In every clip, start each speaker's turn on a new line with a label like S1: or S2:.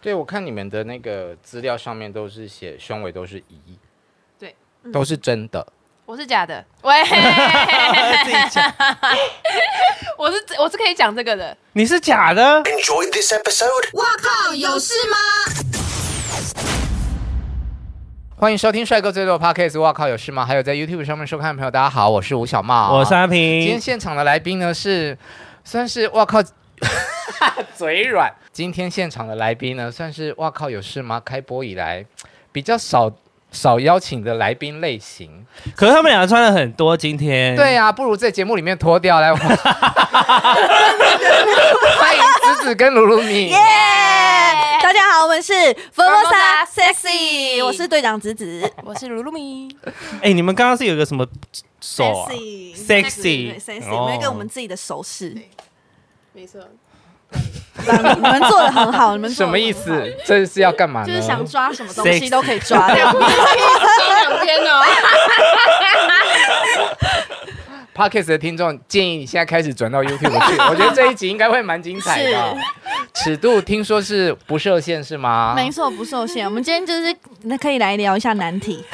S1: 对，我看你们的那个资料上面都是写胸围都是一，
S2: 对，
S1: 都是真的。
S2: 我是假的，喂，
S3: 自己讲，
S2: 我是我是可以讲这个的，
S3: 你是假的，
S4: Enjoyed this episode?
S1: 欢迎收听帅哥最多的 Podcast，哇靠，有事吗？还有在 YouTube 上面收看的朋友，大家好，我是吴小茂，
S3: 我是阿
S1: 啊今天
S3: 平。
S1: 现场的来宾呢是，算是哇 靠，嘴软。今天现场的来宾呢，算是哇靠有事吗？开播以来比较少少邀请的来宾类型。
S3: 可是他们两个穿了很多，今天
S1: 对，呀、不如在节目里面脱掉来。我 欢迎子子跟鲁鲁米。
S5: 耶！大家好，我们是 Formosa
S2: Formosa
S5: Sexy，
S2: Sexy
S5: 我是队长子子
S2: 我是鲁鲁米，
S3: 哎，你们刚刚是有个什么手啊
S5: Sexy 对
S3: Sexy，
S5: Sexy，
S3: 哦
S5: 我们有一个我们自己的手势，
S2: 没错，
S5: 你们做的很好，你们
S1: 什
S5: 做得
S1: 么意思？这是要干嘛呢？
S5: 就是想抓什么东西都可 以抓的。
S1: 啊
S2: 两边哦，
S1: Podcast 的听众建议你现在开始转到 YouTube 去，我觉得这一集应该会蛮精彩的。尺度听说是不设限是吗？
S5: 没错，不受限。我们今天就是那可以来聊一下难题。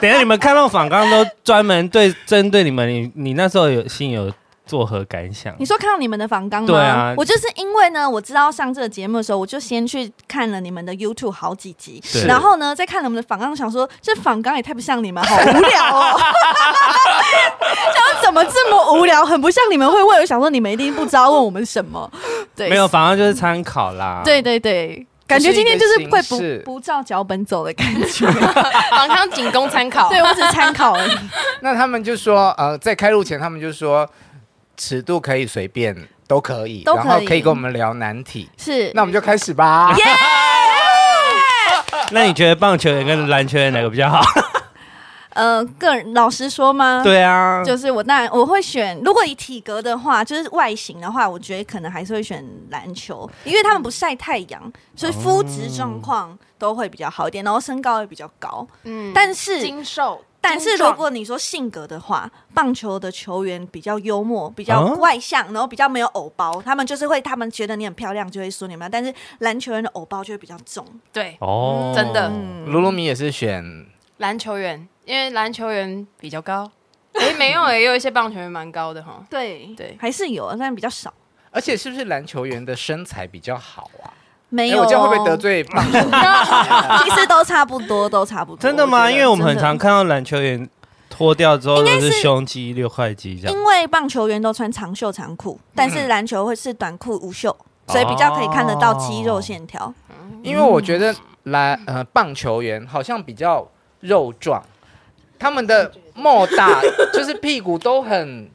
S3: 等一下你们看到访刚都专门对 针对你们，你你那时候有心有作何感想
S5: 你？说看到你们的访纲吗？
S3: 对啊
S5: 我就是因为呢，我知道上这个节目的时候，我就先去看了你们的 YouTube 好几集
S3: 是，
S5: 然后呢，再看了我们的访纲，想说这访纲也太不像你们，好无聊哦。 想说怎么这么无聊，很不像你们会问。我想说你们一定不知道问我们什么，对，
S3: 没有，反正就是参考啦。
S5: 对对对。感觉今天就是
S1: 这是一个形
S5: 会
S1: 式
S5: 不不照脚本走的感觉，
S2: 反康仅供参考。
S5: 对我只参考而已。
S1: 那他们就说，呃，在开录前他们就说，尺度可以随便，都可以，
S5: 都可以呃
S1: 然后可以跟我们聊难题。
S5: 是
S1: 那我们就开始吧。
S3: 那你觉得棒球员跟篮球员哪个比较好？
S5: 呃，个人老实说吗？
S3: 对啊，
S5: 嗯就是我当然我会选，如果以体格的话，就是外形的话，我觉得可能还是会选篮球，因为他们不晒太阳，所以肤质状况都会比较好一点，然后身高也比较高。
S2: 嗯
S5: 但是，
S2: 精瘦，
S5: 但是
S2: 精壮
S5: 如果你说性格的话，棒球的球员比较幽默，比较
S3: 啊
S5: 外向，然后比较没有偶包，他们就是会，他们觉得你很漂亮就会说你们，但是篮球员的偶包就会比较重。
S2: 对
S5: 嗯
S3: 哦，
S2: 真的
S1: 卢卢米也是选，
S2: 篮球员，因为篮球员比较高，哎，没有哎，也有一些棒球员蛮高的哈，
S5: 对
S2: 对
S5: 还是有，但比较少。
S1: 而且是不是篮球员的身材比较好啊？
S5: 没
S1: 哎
S5: 有、哦，
S1: 我这样会不会得？罪棒球？
S5: 其实都差不多，都差不多。
S3: 真的吗？
S5: 觉得
S3: 因为我们很
S5: 真的
S3: 常看到篮球员脱掉之后都是胸肌、六块肌这样。
S5: 因为棒球员都穿长袖长裤，但
S1: 嗯
S5: 是篮球会是短裤无袖，
S1: 哦
S5: 所以比较可以看得到肌肉线条。
S1: 因为我觉得篮呃棒球员好像比较肉壮，他们的莫大就是屁股都很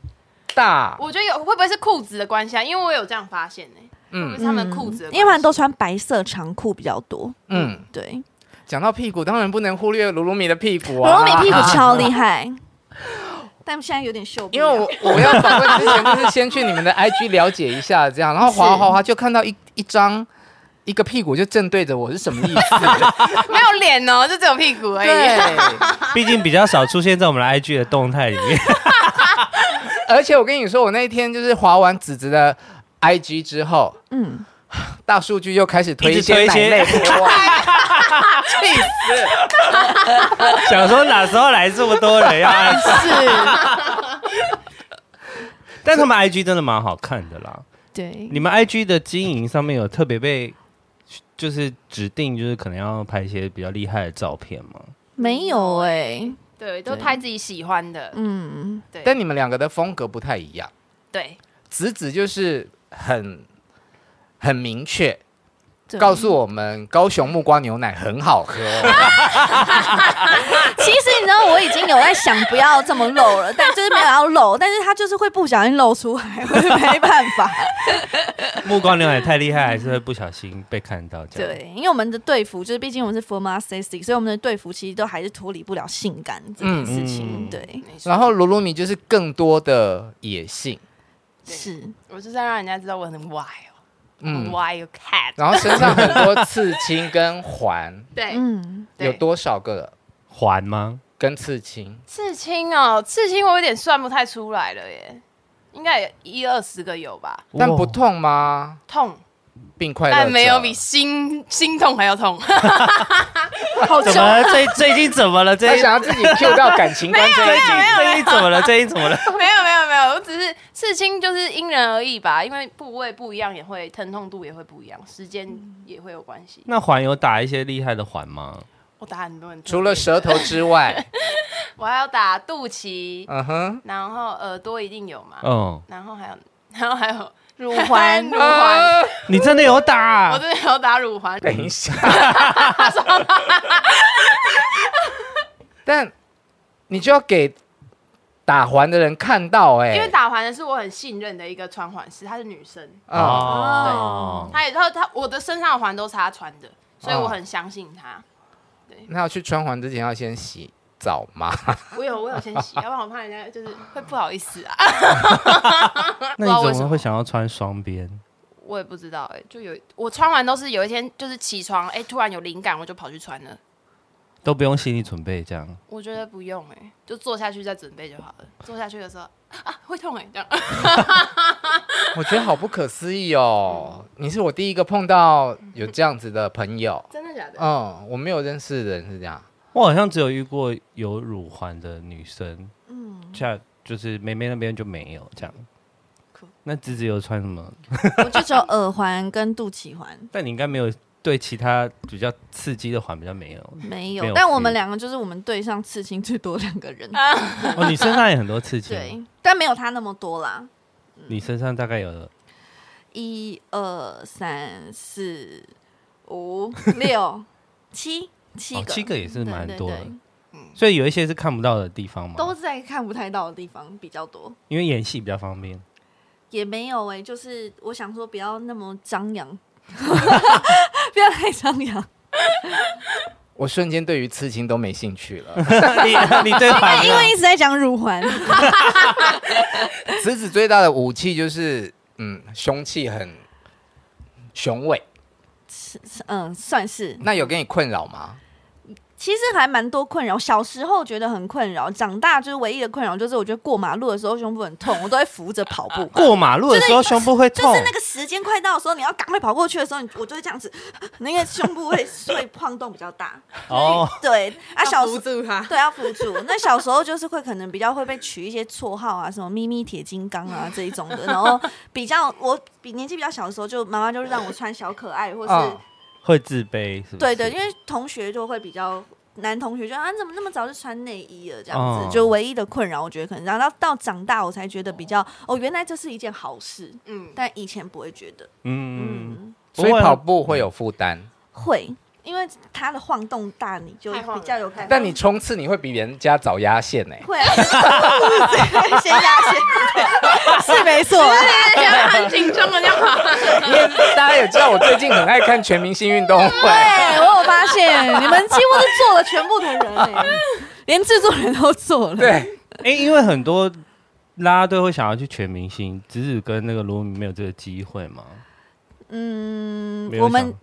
S1: 大，
S2: 我觉得有会不会是裤子的关系啊？因为我有这样发现呢，
S1: 嗯
S2: 就是他们裤子的关系，
S5: 因为他们都穿白色长裤比较多。
S1: 嗯。
S5: 对，
S1: 讲到屁股，当然不能忽略卢卢米的屁股
S5: 罗
S1: 啊，
S5: 罗米屁股超厉害， 但现在有点秀不
S1: 因为
S5: 了
S1: 我我要访问之前，就是先去你们的 IG 了解一下，这样，然后滑滑滑就看到一一张一个屁股就正对着我，是什么意思？哎
S2: 没有脸哦，就只有屁股而
S1: 对
S2: 已。，
S3: 毕竟比较少出现在我们的 IG 的动态里面。
S1: 而且我跟你说，我那一天就是滑完子子的 IG 之后，
S5: 嗯，
S1: 大数据又开始推
S3: 一直推一
S1: 奶
S3: 些
S1: 类给我， 气死！
S3: 想说哪时候来这么多人要啊按赞？ 但他们 IG 真的蛮好看的啦。
S2: 对
S3: 你们 IG 的经营上面有特别被就是指定，就是可能要拍一些比较厉害的照片吗？
S5: 没有哎、
S2: 欸对，都拍自己喜欢的。
S5: 嗯，
S2: 对，
S1: 但你们两个的风格不太一样，
S2: 对，
S1: 子子就是很很明确。
S5: 对
S1: 告诉我们，高雄木瓜牛奶很好 喝。
S5: 其实你知道，我已经有在想不要这么露了，但就是没有要露，但是他就是会不小心露出来，我就没办法。
S3: 目光牛奶太厉害，还是会不小心被看到这样。，
S5: 对，因为我们的队服就是，毕竟我们是 Forma Sexy，所以我们的队服其实都还是脱离不了性感这件事情。
S3: 嗯
S5: 对，
S2: 没错
S1: 然后卢卢米就是更多的野性，
S2: 对
S5: 是
S2: 我就是要让人家知道我很 wild，很
S1: 嗯，
S2: wild cat。
S1: 然后身上很多刺青跟环，
S2: 对，
S5: 嗯，
S2: 对
S1: 有多少个
S3: 环吗？
S1: 跟刺青？
S2: 刺青哦，刺青我有点算不太出来了耶，应该有一二十个有吧？
S1: 但不
S3: 哇
S1: 痛吗？
S2: 痛，
S1: 并快乐者，
S2: 但没有比心心痛还要痛。
S5: 好
S3: 怎么了？最最近怎么了？
S1: 他
S3: 最近
S1: 想要自己 Q 到感 情观这一集。
S3: 最近怎么了？最近怎么了？
S2: 没有没有没有，我只是刺青就是因人而异吧，因为部位不一样，也会疼痛度也会不一样，时间也会有关系。
S3: 那环有打一些厉害的环吗？
S2: 我打很多很多，
S1: 除了舌头之外，
S2: 我还要打肚脐，
S1: 嗯哼，
S2: 然后耳朵一定有嘛，
S1: 哦
S3: 嗯，
S2: 然后还有 然后还有
S5: 乳 环
S2: 乳环，
S1: 啊
S3: 你真的有打
S2: 我
S3: 啊？
S2: 真的有打乳环，
S1: 等一 下，但你就要给打环的人看到哎、
S2: 因为打环的是我很信任的一个穿环师，她是女生，
S1: 啊、
S3: 哦，
S2: 她也她她我的身上的环都是她穿的，所以
S1: 哦
S2: 我很相信她。
S1: 那要去穿环之前要先洗澡 吗？
S2: 我有我有先洗，要不然我怕人家就是会不好意思啊。不知
S3: 那
S2: 道为
S3: 你怎
S2: 什
S3: 么
S2: 么
S3: 会想要穿双边？
S2: 我也不知道哎、就有我穿完都是有一天就是起床哎、突然有灵感我就跑去穿了。
S3: 都不用心理准备这样？
S2: 我觉得不用哎、就坐下去再准备就好了。坐下去的时候啊会痛哎、这样。
S1: 我觉得好不可思议哦！你是我第一个碰到有这样子的朋友，
S2: 真的假的？
S1: 嗯，我没有认识的人是这样，
S3: 我好像只有遇过有乳环的女生，
S5: 嗯，
S3: 像就是妹妹那边就没有这样
S2: 酷。
S3: 那子子有穿什么？
S5: 我就只有耳环跟肚脐环。
S3: 但你应该没有对其他比较刺激的环比较没有。
S5: 没
S3: 没
S5: 有
S3: 有，
S5: 但我
S3: feel
S5: 们两个就是我们队上刺青最多两个人，
S3: 哦，你身上也很多刺青。
S5: 对，但没有他那么多啦，
S3: 你身上大概有
S5: 一二三四五 六七七
S3: 哦
S5: 个，
S3: 七个也是蛮多的
S5: 对，对
S3: 所以有一些是看不到的地方嘛，
S5: 对都在看不太到的地方比较多。
S3: 因为演戏比较方便。
S5: 也没有哎、就是我想说不要那么张扬， 不要太张扬。
S1: 我瞬间对于刺青都没兴趣了。
S3: 你你对环。
S5: 因为一直在讲乳环，
S1: 狮子最大的武器就是，嗯，凶器很雄伟。
S5: 嗯，算是。
S1: 那有给你困扰吗？
S5: 其实还蛮多困扰，小时候觉得很困扰，长大就是唯一的困扰就是我觉得过马路的时候胸部很痛，我都会扶着跑步
S3: 过马路的时候胸部会
S5: 就
S3: 痛
S5: 是，那个时间快到的时候，你要赶快跑过去的时候，你我就会这样子， 那个胸部会会 晃动比较大。
S3: 哦，
S5: 对啊，小时
S2: 住他。
S5: 对要扶住。那小时候就是会可能比较会被取一些绰号啊，什么咪咪铁金刚啊这一种的。然后比较我比年纪比较小的时候，就妈妈就让我穿小可爱，或是、
S1: 啊，
S3: 会自卑是不是？
S5: 对对，因为同学就会比较。男同学就啊，你怎么那么早就穿内衣了？这样子、
S3: 哦
S5: 就唯一的困扰，我觉得可能然后到到长大我才觉得比较哦，原来这是一件好事，
S2: 嗯，
S5: 但以前不会觉得，
S3: 嗯，
S5: 嗯，
S1: 所
S2: 啊
S1: 以跑步会有负担，
S5: 会，因为它的晃动大，你就
S2: 太晃
S5: 比
S2: 了
S5: 较有感觉。
S1: 但你冲刺你会比人家早压线欸呢、
S5: 会啊，先压线，是没错啊。
S2: 大家很紧张的这样吗？
S1: 因为大家也知道我最近很爱看全明星运动会，
S5: 对，我有发现，你们几乎是做了全部的人哎、连制作人都做了。
S1: 对，
S3: 哎，因为很多啦啦队会想要去全明星，只是跟那个罗米没有这个机会嘛。
S5: 嗯
S2: 嗯
S3: 没，有
S5: 我们
S3: 想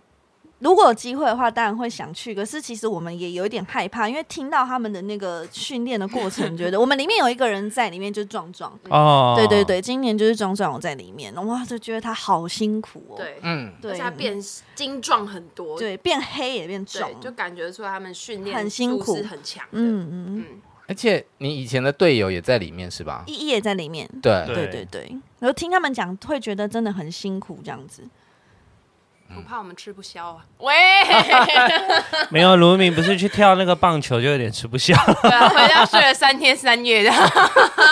S5: 如果有机会的话，当然会想去。可是其实我们也有一点害怕，因为听到他们的那个训练的过程，觉得我们里面有一个人在里面就是壮壮。
S3: 哦，
S5: 对对，对，今年就是壮壮我在里面，哇，就觉得他好辛苦哦。
S2: 对，
S1: 嗯，
S5: 对
S2: 而且他变精壮很多，
S5: 对变黑也变壮
S2: 对，，就感觉出来他们训练
S5: 很辛
S2: 度
S5: 苦
S2: 是很强的。嗯
S5: 嗯嗯，
S2: 嗯，
S1: 而且你以前的队友也在里面是吧？
S5: 一一也在里面。
S1: 对，
S3: 对
S5: 对对对，然后听他们讲，会觉得真的很辛苦这样子。
S2: 我怕我们吃不消啊。喂，
S3: 没有罗米不是去跳那个棒球就有点吃不消，
S2: 对啊， 回家睡了三天三夜的。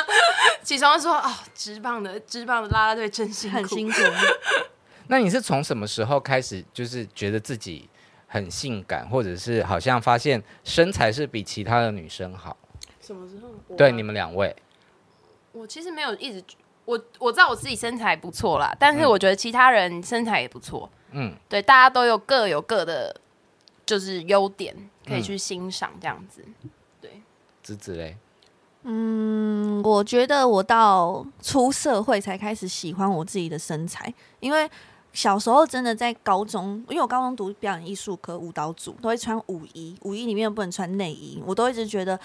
S2: 起床说：“哦，直棒的直棒的啦啦队真辛苦，
S5: 很辛苦，
S1: 那你是从什么时候开始就是觉得自己很性感，或者是好像发现身材是比其他的女生好？
S2: 什么时候？我
S1: 对，你们两位，
S2: 我其实没有一直，我我知道我自己身材不错啦，但是
S5: 嗯
S2: 我觉得其他人身材也不错。
S1: 嗯
S2: 嗯，对，大家都有各有各的，就是优点可以去欣赏这样子。
S1: 子子嘞，
S5: 嗯，我觉得我到出社会才开始喜欢我自己的身材，因为小时候真的在高中，因为我高中读表演艺术科舞蹈组，都会穿舞衣，舞衣里面不能穿内衣，我都一直觉得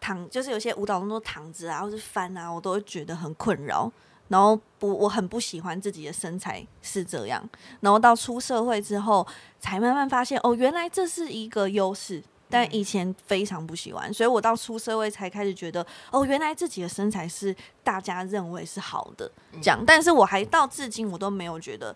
S5: 躺，就是有些舞蹈动作躺着啊，或是翻啊，我都会觉得很困扰。然后不，我很不喜欢自己的身材是这样。然后到出社会之后，才慢慢发现哦，原来这是一个优势。但以前非常不喜欢，所以我到出社会才开始觉得，哦，原来自己的身材是大家认为是好的这样。但是我还到至今我都没有觉得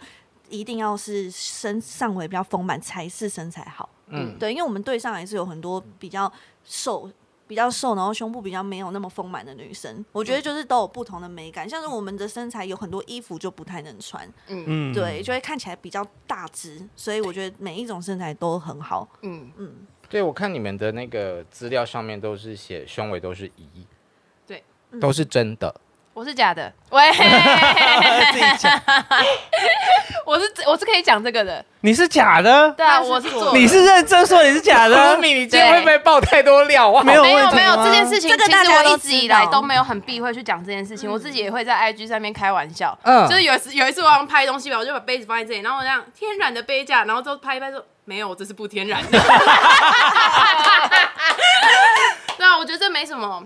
S5: 一定要是身上围比较丰满才是身材好。
S1: 嗯，
S5: 对，因为我们队上还是有很多比较瘦、比较瘦，然后胸部比较没有那么丰满的女生。我觉得就是都有不同的美感，像是我们的身材有很多衣服就不太能穿，
S2: 嗯
S3: 嗯，
S5: 对，就会看起来比较大只。所以我觉得每一种身材都很好。
S2: 嗯，
S5: 嗯，
S1: 对，我看你们的那个资料上面都是写胸围都是一，
S2: 对，
S1: 都是真的。
S2: 我是假 的，喂，
S3: 自己讲，
S2: 我是我是可以讲这个的，
S3: 你是假的，
S2: 对啊，
S5: 他是
S2: 我是
S5: 做
S2: 做
S5: 的
S3: 你是认真说你是假的
S1: 阿，米，你今天会不会爆太多料啊？
S3: 嗯没有
S2: 没
S3: 问
S2: 有
S3: 题
S2: 没有
S3: 吗
S2: 这件事情，
S5: 这个
S2: 其
S5: 大
S2: 实
S5: 家
S2: 我
S5: 都
S2: 一
S5: 知
S2: 直以来
S5: 道嗯
S2: 都没有很避讳去讲这件事情，我自己也会在 IG 上面开玩笑，
S1: 嗯
S2: 就是有一次有一次我好像拍东西吧，我就把杯子放在这里，然后我这样天然的杯架，然后之后拍一拍说没有，这是不天然的， 对啊，我觉得这没什么。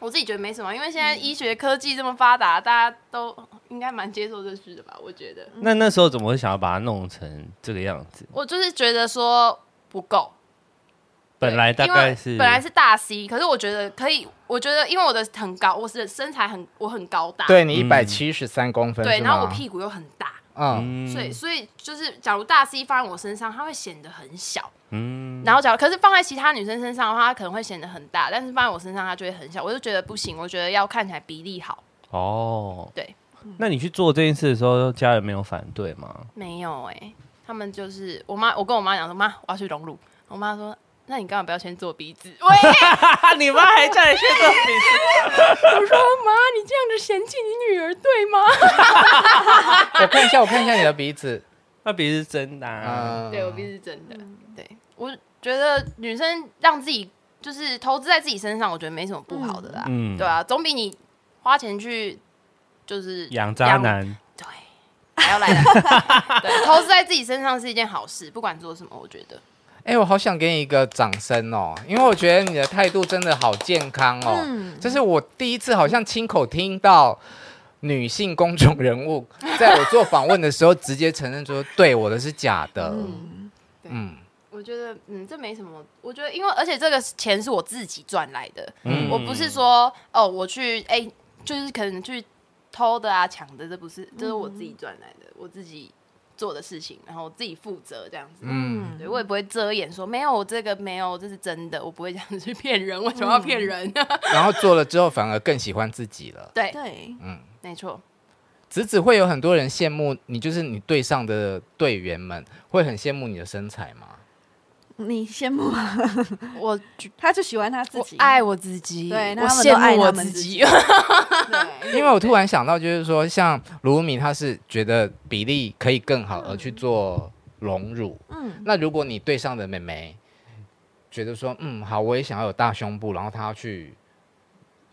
S2: 我自己觉得没什么，因为现在医学科技这么发达，大家都应该蛮接受这事的吧？我觉得，
S3: 那那时候怎么会想要把它弄成这个样子？
S2: 我就是觉得说不够，
S3: 本来大
S2: 因为
S3: 概是
S2: 本来是大 C，可是我觉得可以，我觉得因为我的很高，我是身材很我很高大，
S1: 对你一
S3: 嗯
S1: 百七十三公分，
S2: 对
S1: 是
S2: 然后我
S1: 吗
S2: 屁股又很大，
S1: 嗯，
S3: 嗯
S2: 所以所以就是假如大 C 放在我身上，它会显得很小，
S3: 嗯
S2: 然后假如可是放在其他女生身上的话，它可能会显得很大，但是放在我身上它就会很小，我就觉得不行，我觉得要看起来比例好，
S3: 哦，
S2: 对，
S3: 那你去做这件事的时候，家人没有反对 吗？
S2: 没有哎、他们就是我妈，我跟我妈讲说妈，我要去隆乳，我妈说。那你干嘛不要先做鼻子？喂，
S3: 啊，你妈还叫你去做鼻
S2: 我说 妈，你这样子嫌弃你女儿对吗？
S1: 我看一下，我看一下你的鼻子，
S3: 那鼻子是真的、啊，
S1: 嗯，
S2: 对我鼻子是真的。对我觉得女生让自己就是投资在自己身上，我觉得没什么不好的啦。
S3: 嗯
S2: 对啊，总比你花钱去就是
S3: 养、渣男。
S2: 对还要来的。 对，投资在自己身上是一件好事，不管做什么，我觉得。
S1: 哎、我好想给你一个掌声哦，因为我觉得你的态度真的好健康哦，
S5: 嗯
S1: 这是我第一次好像亲口听到女性公众人 物在我做访问的时候直接承认说，对我的是假的，
S5: 嗯，
S1: 嗯，
S2: 我觉得，嗯，这没什么。我觉得，因为而且这个钱是我自己赚来的，
S3: 嗯
S2: 我不是说哦，我去哎、就是可能去偷的啊、抢的，这不是，这是我自
S5: 嗯
S2: 己赚来的，我自己做的事情，然后我自己负责这样子。
S1: 嗯
S2: 对，我也不会遮掩说没有，我这个没有，这是真的，我不会这样子去骗人。为什么要
S5: 嗯
S2: 骗人？
S1: 然后做了之后反而更喜欢自己了。
S2: 对，
S5: 对，
S2: 没错，
S1: 子子会有很多人羡慕你，就是你队上的队员们会很羡慕你的身材吗？
S5: 你羡慕吗？
S2: 我
S5: 他就喜欢他自
S2: 我
S5: 己，
S2: 爱我自己，
S5: 对
S2: 我
S5: 他们都爱
S2: 羡慕我
S5: 他们自 己
S2: 己。
S5: 对，
S1: 因为我突然想到，就是说，像卢米，他是觉得比例可以更好而去做隆乳。
S5: 嗯，
S1: 那如果你对上的妹妹觉得说，嗯，好，我也想要有大胸部，然后她要去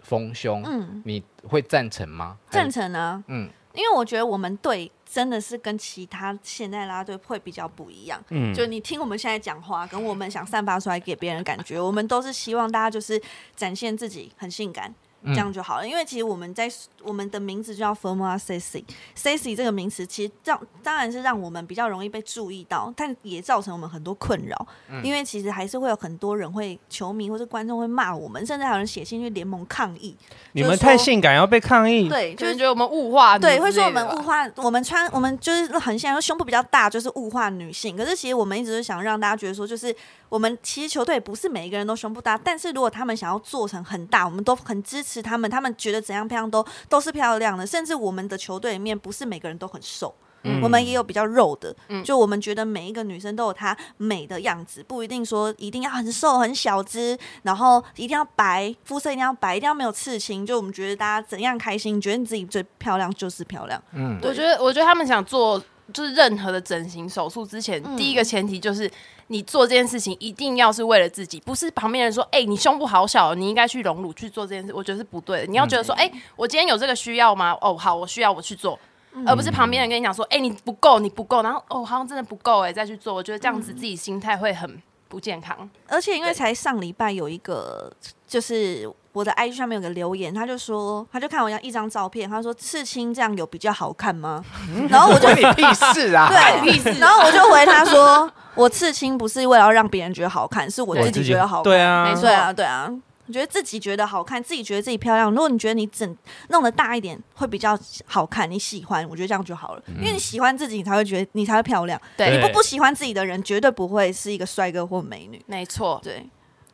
S1: 丰胸，
S5: 嗯
S1: 你会赞成吗？
S5: 赞，成啊，
S1: 嗯
S5: 因为我觉得我们队真的是跟其他现代啦啦队会比较不一样。
S3: 嗯
S5: 就你听我们现在讲话，跟我们想散发出来给别人的感觉，我们都是希望大家就是展现自己很性感，
S3: 嗯
S5: 这样就好了。因为其实我们在我们的名字就叫 Forma Sexy，Sexy 这个名词其实让当然是让我们比较容易被注意到，但也造成我们很多困扰。
S3: 嗯
S5: 因为其实还是会有很多人会球迷或是观众会骂我们，甚至还有人写信去联盟抗议。
S3: 你们太性感要被抗议，
S5: 对，
S2: 就
S5: 就是
S2: 是觉得我们物化，
S5: 对，会说我们物。化，我们穿我们就是很像，胸部比较大，就是物化女性。可是其实我们一直都想让大家觉得说，就是我们其实球队不是每一个人都胸部大，但是如果他们想要做成很大，我们都很支持他们，他们觉得怎样漂亮都都是漂亮的。甚至我们的球队里面不是每个人都很瘦。
S3: 嗯
S5: 我们也有比较肉的，
S2: 嗯
S5: 就我们觉得每一个女生都有她美的样子，不一定说一定要很瘦很小只，然后一定要白，肤色一定要白，一定要没有刺青。就我们觉得大家怎样开心，觉得你自己最漂亮就是漂亮。
S1: 嗯，
S2: 我觉得，我觉得他们想做就是任何的整形手术之前，
S5: 嗯
S2: 第一个前提就是你做这件事情一定要是为了自己，不是旁边人说，哎、你胸部好小哦，你应该去隆乳去做这件事，我觉得是不对的。你要觉得
S5: 嗯
S2: 说，哎、我今天有这个需要吗？哦，好，我需要，我去做。
S5: 嗯
S2: 而不是旁边欸
S5: 嗯
S2: 人跟你讲说，哎、你不够，你不够，然后哦，好像真的不够，哎，再去做。我觉得这样子自己心态会很不健康。
S5: 而且因为
S2: 对
S5: 才上礼拜有一个，就是我的 IG 上面有个留言，他就说，他就看我一张照片，他说刺青这样有比较好看吗？然后我就
S1: 嗯关你屁事 啊！
S5: 对，然后我就回他说，我刺青不是为了要让别人觉得好看，是我自己觉得好看。
S3: 对啊，
S2: 没错
S5: 对啊，对啊。我觉得自己觉得好看，自己觉得自己漂亮。如果你觉得你整弄得大一点会比较好看，你喜欢，我觉得这样就好了。因为你喜欢自己，你才会觉得你才会漂亮。
S2: 对，
S3: 对
S5: 不不喜欢自己的人，绝对不会是一个帅哥或美女。
S2: 没错，
S5: 对，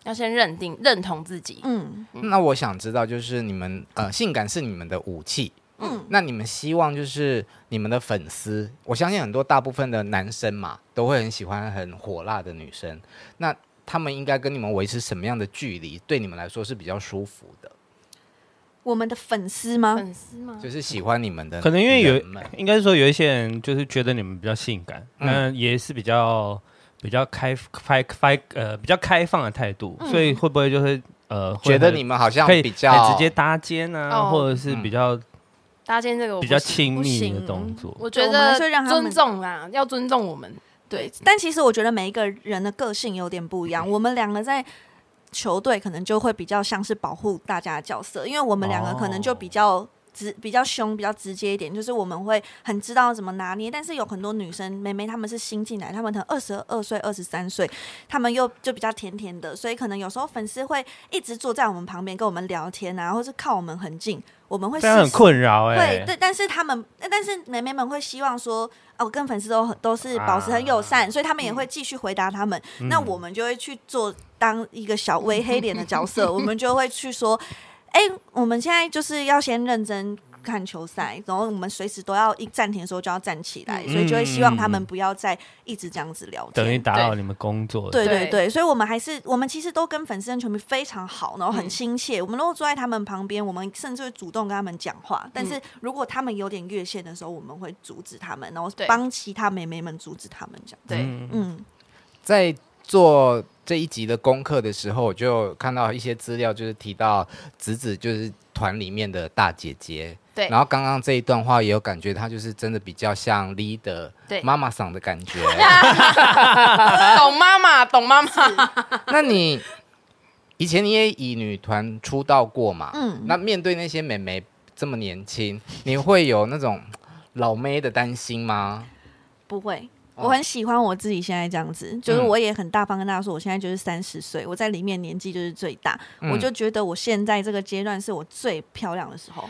S2: 要先认定、认同自己。
S5: 嗯
S1: 那我想知道，就是你们
S3: 嗯
S1: 呃，性感是你们的武器。
S5: 嗯，
S1: 那你们希望就是你们的粉丝，我相信很多大部分的男生嘛，都会很喜欢很火辣的女生。那他们应该跟你们维持什么样的距离，对你们来说是比较舒服的？
S5: 我们的粉丝吗？
S2: 粉丝吗？
S1: 就是喜欢你们的人们，
S3: 可能因为有应该是说有一些人就是觉得你们比较性感，那、
S1: 嗯
S3: 也是比较比较开开开呃比较开放的态度，
S5: 嗯
S3: 所以会不会就是呃会
S1: 觉得
S3: 很
S1: 你们好像
S3: 可以
S1: 比较
S3: 哎直接搭肩啊，
S2: 哦
S3: 或者是
S1: 嗯
S3: 比较、
S2: 搭建这个我
S3: 比
S2: 不
S3: 较
S2: 行
S3: 亲
S5: 不
S3: 密的
S5: 行
S3: 动作。
S2: 我觉
S5: 我们还
S2: 得
S5: 是让他们
S2: 尊重啦，要尊重我们。
S5: 对，但其实我觉得每一个人的个性有点不一样。我们两个在球队可能就会比较像是保护大家的角色，因为我们两个可能就比较直、比较凶、比较直接一点，就是我们会很知道怎么拿捏。但是有很多女生妹妹她们是新进来，她们可能二十二岁、二十三岁，她们又就比较甜甜的，所以可能有时候粉丝会一直坐在我们旁边跟我们聊天啊，或是靠我们很近，我们会
S3: 这样很
S5: 试
S3: 困扰哎、
S5: 会，对，但是他们，但是妹妹们会希望说，哦，跟粉丝都很都是保持很
S3: 啊
S5: 友善，所以他们也会继续回答他们。
S3: 嗯
S5: 那我们就会去做当一个小微黑脸的角色，我们就会去说，哎、我们现在就是要先认真。看球赛，然后我们随时都要一暂停的时候就要站起来，所以就会希望他们不要再一直这样子聊天。
S3: 嗯等于打扰你们工作。
S5: 对对
S2: 对
S5: 对，所以我们还是我们其实都跟粉丝跟球迷非常好，然后很亲切。我们如果坐在他们旁边，我们甚至会主动跟他们讲话。但是如果他们有点越线的时候，我们会阻止他们，然后
S2: 对
S5: 帮其他妹妹们阻止他们这样。
S2: 对，
S5: 嗯，
S1: 在做这一集的功课的时候，我就看到一些资料，就是提到子子就是团里面的大姐姐。
S2: 对
S1: 然后刚刚这一段话也有感觉，她就是真的比较像 leader，
S2: 对
S1: 妈妈桑的感 觉。
S2: 懂妈妈，懂妈妈。
S1: 那你以前你也以女团出道过嘛？
S5: 嗯
S1: 那面对那些美眉这么年轻， 你会有那种老妹的担心吗？
S5: 不会。
S1: 哦
S5: 我很喜欢我自己现在这样子，就是
S1: 嗯
S5: 我也很大方跟大家说，我现在就是三十岁，我在里面年纪就是最大，我
S1: 嗯
S5: 就觉得我现在这个阶段是我最漂亮的时候。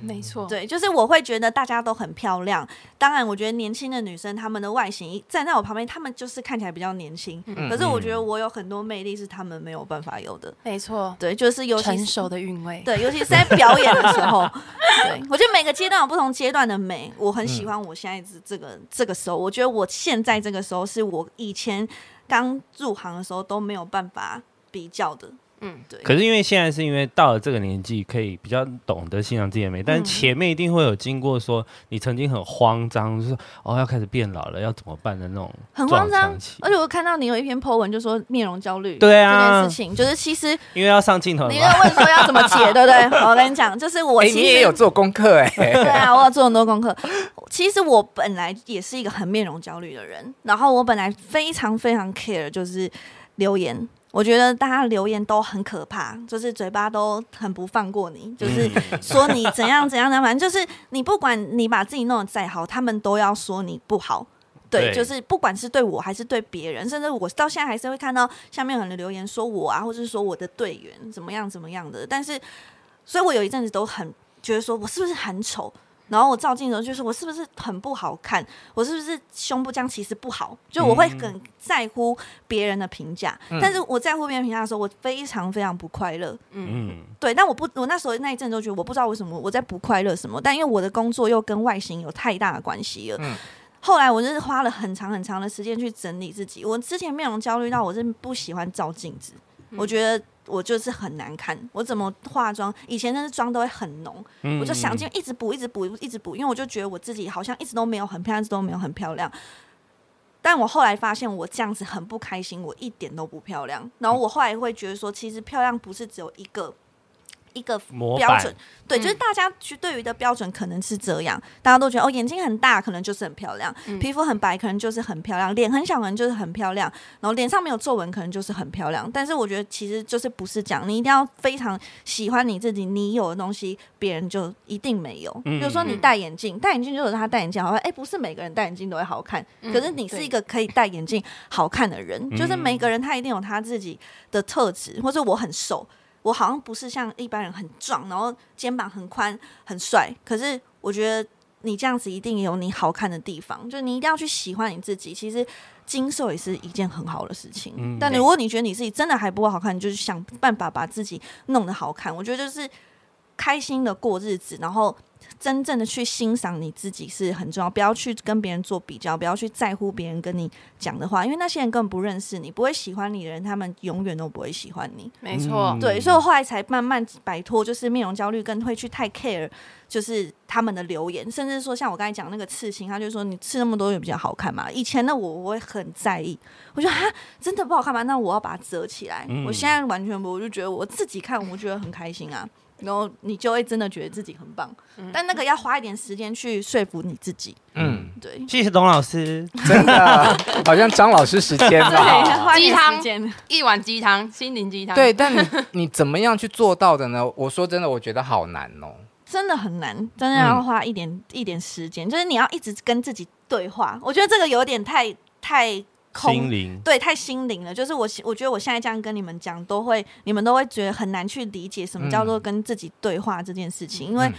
S2: 没
S3: 哦
S2: 错，
S5: 对，就是我会觉得大家都很漂亮。当然，我觉得年轻的女生她们的外形一站在我旁边，她们就是看起来比较年轻。
S3: 嗯
S5: 可是我觉得我有很多魅力是她们没有办法有的。
S2: 没错，
S5: 对，就是尤其
S2: 成
S5: 是
S2: 熟的韵味。
S5: 对，尤其是在表演的时 候，对我觉得每个阶段有不同阶段的美。我很
S3: 嗯
S5: 喜欢我现在这这个这个时候，我觉得我现在这个时候是我以前刚入行的时候都没有办法比较的。
S2: 嗯，
S5: 对。
S3: 可是因为现在是因为到了这个年纪，可以比较懂得欣赏自己的美，
S5: 嗯
S3: 但前面一定会有经过说你曾经很慌张，就是哦要开始变老了，要怎么办的那种
S5: 很慌
S3: 撞
S5: 张
S3: 墙期，
S5: 而且我看到你有一篇 po 文，就说面容焦虑
S3: 对啊
S5: 这件事情，就是其实
S3: 因为要上镜头了
S5: 你
S3: 嘛
S5: 又问说要怎么解，对不对？ 好我跟你讲，就是我
S1: 哎、
S5: 其实、
S1: 你也有做功课哎、
S5: 对啊，我有做很多功课。其实我本来也是一个很面容焦虑的人，然后我本来非常非常 care 就是留言。我觉得大家留言都很可怕，就是嘴巴都很不放过你，就是说你怎样怎样的，反正就是你不管你把自己弄得再好，他们都要说你不好。对，
S3: 对
S5: 就是不管是对我还是对别人，甚至我到现在还是会看到下面有人留言说我啊，或者是说我的队员怎么样怎么样的。但是，所以我有一阵子都很觉得说我是不是很丑，然后我照镜子的时候就是我是不是很不好看，我是不是胸部这样其实不好，就我会很在乎别人的评价。但是我在乎别人评价的时候，我非常非常不快乐。
S3: 嗯，
S5: 对，但我不，我那时候那一阵都觉得我不知道为什么我在不快乐什么，但因为我的工作又跟外形有太大的关系了。
S1: 嗯
S5: 后来我就是花了很长很长的时间去整理自己。我之前面容焦虑到我真的不喜欢照镜子，我觉得我就是很难看。我怎么化妆，以前那是妆都会很浓，
S3: 嗯
S5: 我就想尽一直补，一直补，一直补，因为我就觉得我自己好像一直都没有很漂亮，一直都没有很漂亮。但我后来发现我这样子很不开心，我一点都不漂亮。然后我后来会觉得说，其实漂亮不是只有一个一个
S3: 模
S5: 标
S3: 板嗯
S5: 准，对，就是大家去对于的标准可能是这样，大家都觉得哦，眼睛很大可能就是很漂亮，
S2: 嗯
S5: 皮肤很白可能就是很漂亮，脸很小可能就是很漂亮，然后脸上没有皱纹可能就是很漂亮。但是我觉得其实就是不是这样，你一定要非常喜欢你自己，你有的东西别人就一定没有。
S3: 嗯
S5: 比如说你戴眼镜，戴眼镜就是他戴眼镜好看，哎，不是每个人戴眼镜都会好看，
S2: 嗯
S5: 可是你是一个可以戴眼镜好看的人，
S3: 嗯
S5: 就是每个人他一定有他自己的特质，或者我很瘦。我好像不是像一般人很壮，然后肩膀很宽很帅，可是我觉得你这样子一定有你好看的地方，就你一定要去喜欢你自己。其实精瘦也是一件很好的事情，
S3: 嗯
S5: 但
S2: 对
S5: 如果你觉得你自己真的还不够好看，你就是想办法把自己弄得好看。我觉得就是开心的过日子，然后真正的去欣赏你自己是很重要，不要去跟别人做比较，不要去在乎别人跟你讲的话，因为那些人根本不认识你，不会喜欢你的人，他们永远都不会喜欢你。
S2: 没错
S3: 嗯，
S5: 对，所以我后来才慢慢摆脱，就是面容焦虑，跟会去太 care，就是他们的留言，甚至说像我刚才讲那个刺青，他就说你刺那么多也比较好看嘛。以前的我我会很在意，我觉得啊真的不好看吗？那我要把它折起来。
S3: 嗯
S5: 我现在完全不，我就觉得我自己看，我觉得很开心啊。然后你就会真的觉得自己很棒，
S2: 嗯
S5: 但那个要花一点时间去说服你自己。
S1: 嗯，
S5: 对，
S3: 谢谢董老 师。
S1: 真的，好像张老师时间
S5: 对，
S1: 了。
S5: 花一点
S2: 鸡汤
S5: 时间。
S2: 一碗鸡汤，心灵鸡汤，
S1: 对，， 但你你怎么样去做到的呢？我说真的，我觉得好难哦。
S5: 真的很难，真的要花一点、一点时间，就是你要一直跟自己对话。我觉得这个有点太太
S3: 心
S5: 空，
S3: 灵，
S5: 对，太心灵了。就是我我觉得我现在这样跟你们讲，都会你们都会觉得很难去理解什么
S3: 嗯
S5: 叫做跟自己对话这件事情，因为
S1: 嗯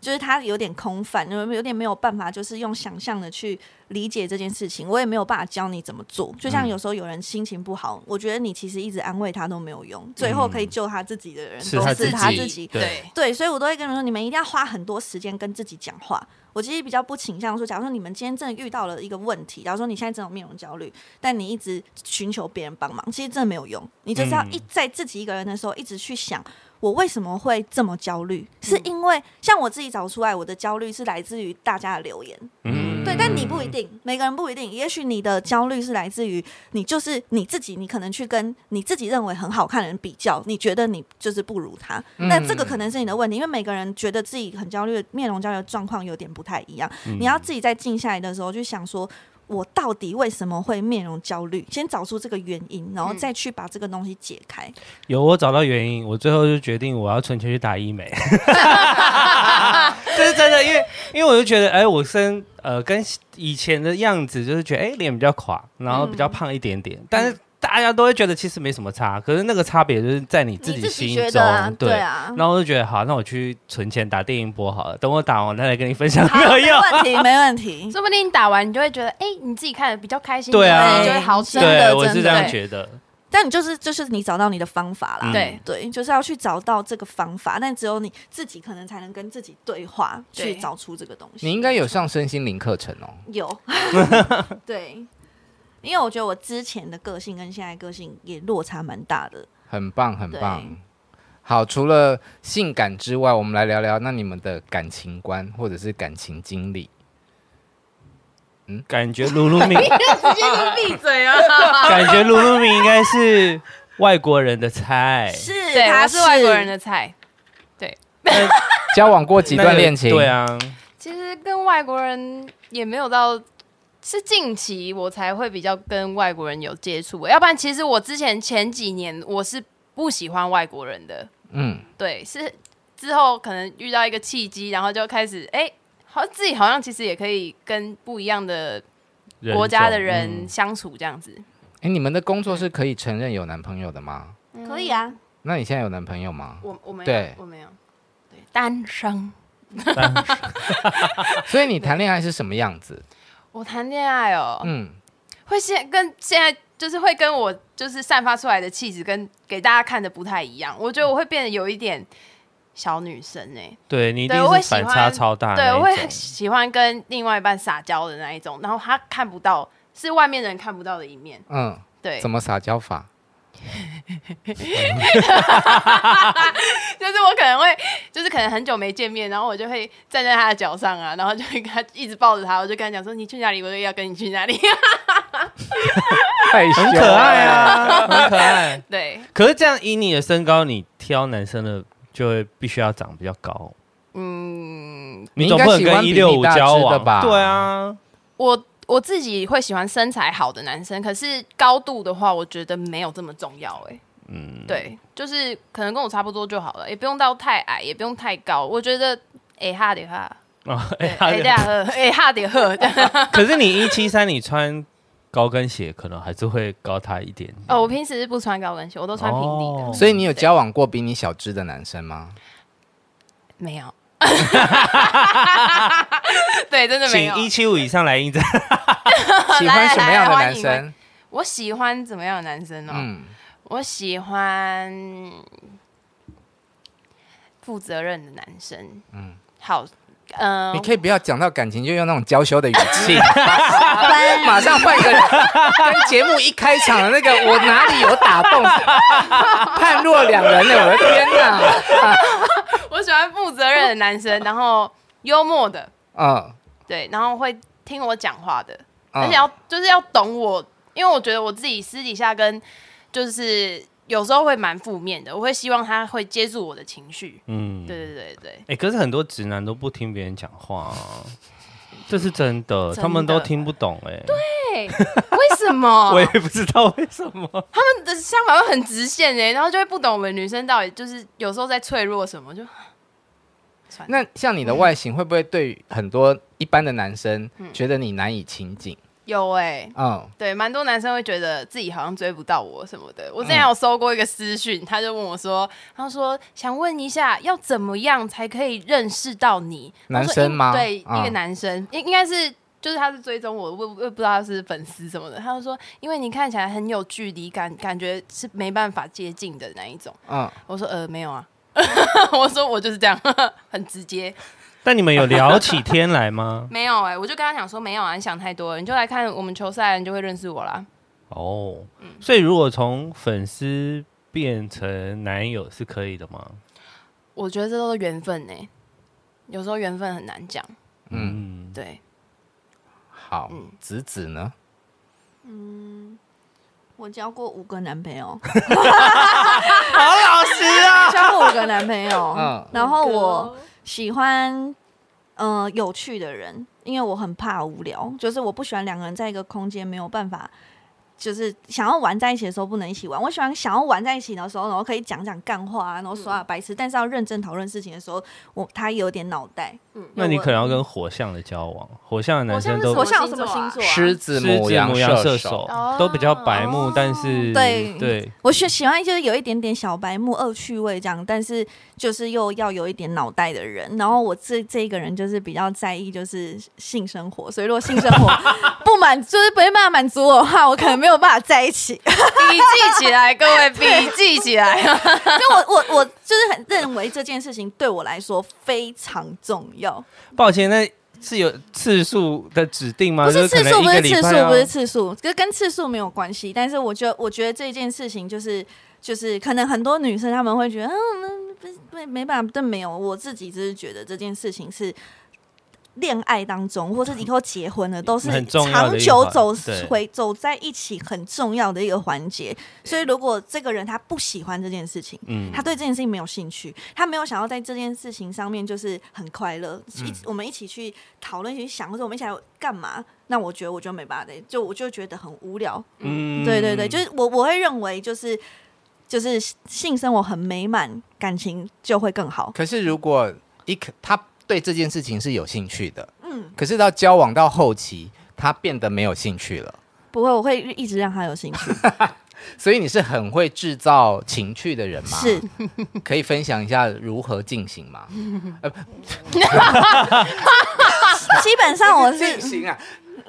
S5: 就是它有点空泛，有有点没有办法，就是用想象的去理解这件事情。我也没有办法教你怎么做。就
S3: 嗯
S5: 像有时候有人心情不好，我觉得你其实一直安慰他都没有用，最后可以救他自己的人、
S3: 嗯是
S5: 都
S3: 他
S5: 是
S3: 自
S5: 他
S1: 己
S5: 自己。
S2: 对，
S5: 对，所以我都会跟你们说，你们一定要花很多时间跟自己讲话。我其实比较不倾向说，假如说你们今天真的遇到了一个问题，假如说你现在真的有面容焦虑，但你一直寻求别人帮忙，其实真的没有用。你就是要一
S3: 嗯
S5: 在自己一个人的时候，一直去想我为什么会这么焦虑，是因为像我自己找出来，我的焦虑是来自于大家的留言。
S1: 嗯
S5: 对，但你不一定，每个人不一定。也许你的焦虑是来自于你就是你自己，你可能去跟你自己认为很好看的人比较，你觉得你就是不如他。
S1: 嗯
S5: 那这个可能是你的问题，因为每个人觉得自己很焦虑、面容焦虑的状况有点不太一样。
S3: 嗯
S5: 你要自己在静下来的时候，去想说。我到底为什么会面容焦虑？先找出这个原因，然后
S3: 嗯
S5: 再去把这个东西解开。
S3: 有我找到原因，我最后就决定我要存钱去打医美。 这是真的，因为因为我就觉得，哎、我身呃跟以前的样子，就是觉得哎脸、比较垮，然后比
S5: 嗯
S3: 较胖一点点，但是大家都会觉得其实没什么差，可是那个差别就是在你自
S5: 你
S3: 己
S5: 自
S3: 心
S5: 己
S3: 中，
S5: 觉得啊，对啊，
S3: 然后我就觉得好，那我去存钱打电音波好了，等我打完再来跟你分享
S5: 好，
S3: 有没
S5: 没
S3: 有。
S5: 问题，没啊问题。
S2: 说不定你打完你就会觉得，哎，你自己看的比较开心，
S3: 对啊
S2: 你就会好起
S5: 真的
S2: 来。
S3: 对，我
S5: 真
S3: 是这
S5: 的
S3: 样觉得。
S5: 但你就是就是你找到你的方法啦，
S3: 嗯
S2: 对
S5: 对，就是要去找到这个方法，但只有你自己可能才能跟自己对话，
S2: 对
S5: 去找出这个东西。
S1: 你应该有上身心灵课程哦。
S5: 有，对，因为我觉得我之前的个性跟现在个性也落差蛮大的。
S1: 很棒，很
S5: 对
S1: 棒。好，除了性感之外，我们来聊聊那你们的感情观或者是感情经历。
S3: 感觉卢卢米，
S2: 直接就闭嘴啊！
S3: 感觉卢卢米应该是外国人的菜，
S5: 是，
S2: 对，
S5: 他
S2: 他是外国人的菜。
S1: 交往过几
S3: 那
S1: 段
S3: 个
S1: 恋情？
S3: 对，啊，
S2: 其实跟外国人也没有到，是近期我才会比较跟外国人有接触，要不然其实我之前前几年我是不喜欢外国人的，
S1: 嗯，
S2: 对，是之后可能遇到一个契机，然后就开始哎。好，自己好像其实也可以跟不一样的
S3: 人
S2: 国家的
S3: 种
S2: 人
S3: 嗯
S2: 相处，这样子、
S1: 哎，你们的工作是可以承认有男朋友的吗？
S5: 可以啊，
S1: 那你现在有男朋友吗？
S2: 我我没有，
S1: 对
S2: 我没有，对，单身。
S1: 所以你谈恋爱是什么样子？
S2: 我谈恋爱哦，
S1: 嗯，
S2: 会现跟现在就是会跟我就是散发出来的气质跟给大家看的不太一样，我觉得我会变得有一点小女生哎、
S3: 对你一定
S2: 对我会
S3: 是
S2: 喜
S3: 反差
S2: 欢
S3: 超大的
S2: 对，
S3: 啊那一
S2: 我
S3: 种，
S2: 会喜欢跟另外一半撒娇的那一种，然后他看不到，是外面人看不到的一面，
S1: 嗯，
S2: 对，
S1: 怎么撒娇法？
S2: 就是我可能会，就是可能很久没见面，然后我就会站在他的脚上啊，然后就会跟他一直抱着他，我就跟他讲说你去哪里，我也要跟你去哪里，
S1: 害羞，
S3: 很啊 可爱。啊，很可爱。
S2: 对，
S3: 可是这样以你的身高，你挑男生的就会必须要长比较高。
S2: 嗯，
S1: 你应
S3: 总
S1: 该
S3: 不能
S1: 喜欢
S3: 跟
S1: 比
S3: 一
S1: 你
S3: 六五
S1: 大
S3: 交
S1: 只的
S3: 往
S1: 吧
S3: 对啊，
S2: 我我自己会喜欢身材好的男生，可是高度的话，我觉得没有这么重要、欸。哎，嗯，对，就是可能跟我差不多就好了，也不用到太矮，也不用太高。我觉得，哎、哈的哈，
S3: 啊，
S2: 对
S3: 哎
S2: 哎对 啊，呵哎哈的呵，这样
S3: 可是你一七三，你穿高跟鞋可能还是会高他一点。
S2: 哦，我平时是不穿高跟鞋，我都穿平底的，
S3: 哦
S1: 所以你有交往过比你小只的男生 吗？
S2: 没有。 对，真的没有
S3: 请。一七五以上来应征。
S1: 喜欢什么样的男
S2: 来来来欢
S1: 生？
S2: 我喜欢怎么样的男生哦？
S1: 嗯，
S2: 我喜欢负责任的男生。嗯，好，嗯、
S1: 你可以不要讲到感情就用那种娇羞的语气，
S5: 班
S1: 马上换一个人，跟节目一开场的那个我哪里有打动？判若两人呢，我的天 哪！
S2: 我喜欢负责任的男生，然后幽默的，
S1: 嗯
S2: 对，然后会听我讲话的，而
S1: 嗯，
S2: 且要就是要懂我，因为我觉得我自己私底下跟就是有时候会蛮负面的，我会希望他会接住我的情绪。
S3: 嗯，
S2: 对对对对，
S3: 哎、可是很多直男都不听别人讲话、啊，这是真的，
S2: 真的
S3: 他们都听不懂哎、
S2: 对，
S3: 对，
S2: 为什么？
S3: 我也不知道为什么。
S2: 他们的想法会很直线哎、然后就会不懂我们女生到底就是有时候在脆弱什么，就
S1: 那像你的外形会不会对很多一般的男生
S2: 嗯
S1: 觉得你难以亲近？
S2: 有哎、
S1: 嗯，
S2: 对，蛮多男生会觉得自己好像追不到我什么的。我之
S1: 嗯
S2: 前有收过一个私讯，他就问我说，他说想问一下，要怎么样才可以认识到你？
S1: 男
S2: 他说
S1: 生吗
S2: 应对，
S1: 嗯
S2: 一个男生，应应该是。就是他是追踪我，我也我也不知道他是粉丝什么的。他就说，因为你看起来很有距离感，感觉是没办法接近的那一种。
S1: 嗯，
S2: 我说呃没有啊， 我说我就是这样， 很直接。
S3: 但你们有聊起天来吗？
S2: 没有哎、我就跟他讲说没有啊，你想太多了，你就来看我们球赛，你就会认识我啦。
S3: 哦，所以如果从粉丝变成男友是可以的吗？
S2: 我觉得这都是缘分呢、欸有时候缘分很难讲。
S3: 嗯，
S2: 对，
S1: 好
S2: 嗯，
S1: 子子呢？
S5: 我交过五个男朋友，
S3: 好老实啊。
S5: 交过五个男朋友，
S1: 嗯
S5: 然后我喜欢嗯、呃有趣的人，因为我很怕无聊，就是我不喜欢两个人在一个空间没有办法。就是想要玩在一起的时候不能一起玩，我喜欢想要玩在一起的时候，然后可以讲讲干话啊，然后耍耍白痴，但是要认真讨论事情的时候，我他有点脑袋。
S3: 那你可能要跟火象的交往，火象的男生都
S5: 我
S2: 火
S5: 像
S2: 象
S5: 有什么星座、啊？
S1: 狮
S3: 狮
S1: 子、
S3: 子
S1: 母羊、射手。
S2: 哦
S3: 都比较白目，但是
S5: 对
S3: 对，
S5: 我喜喜欢就是有一点点小白目、恶趣味这样，但是就是又要有一点脑袋的人。然后我这这一个人就是比较在意就是性生活，所以如果性生活不满，就是没办法满足我的话，我可能没有办法在一起。
S2: 笔记起来，各位笔记起
S1: 哦
S2: 来。
S5: 就我我我就是很认为这件事情对我来说非常重要，
S3: 抱歉，那是有次数的指定吗？
S5: 不
S3: 就是
S5: 次
S3: 可能
S5: 数，
S3: 一
S5: 不
S3: 个
S5: 是
S3: 礼
S5: 次
S3: 拜
S5: 数，
S3: 啊
S5: 不是次数，跟跟次数没有关系。但是我觉得，我觉得这件事情就是就是，可能很多女生她们会觉得，嗯、那不是不没办法，但没有，我自己只是觉得这件事情是。恋爱当中，或是以后结婚了，都是
S3: 很重要的
S5: 长
S3: 一
S5: 久
S3: 环
S5: 走
S3: 对
S5: 回走在一起很重要的一个环节。所以，如果这个人他不喜欢这件事情，
S3: 嗯
S5: 他对这件事情没有兴趣，他没有想要在这件事情上面就是很快乐，
S3: 嗯
S5: 一起我们一起去讨论、一起去想，或者我们一起来干嘛？那我觉得我就没办法的，就我就觉得很无聊。
S3: 嗯
S5: 对对对，就是我我会认为就是就是性生活很美满，感情就会更好。
S1: 可是如果一可他对这件事情是有兴趣的，
S5: 嗯，
S1: 可是到交往到后期，他变得没有兴趣了。
S5: 不会，我会一直让他有 兴趣。
S1: 所以你是很会制造情趣的人吗？
S5: 是，
S1: 可以分享一下如何进行吗？
S5: 基本上我
S1: 进
S5: 是
S1: 行啊，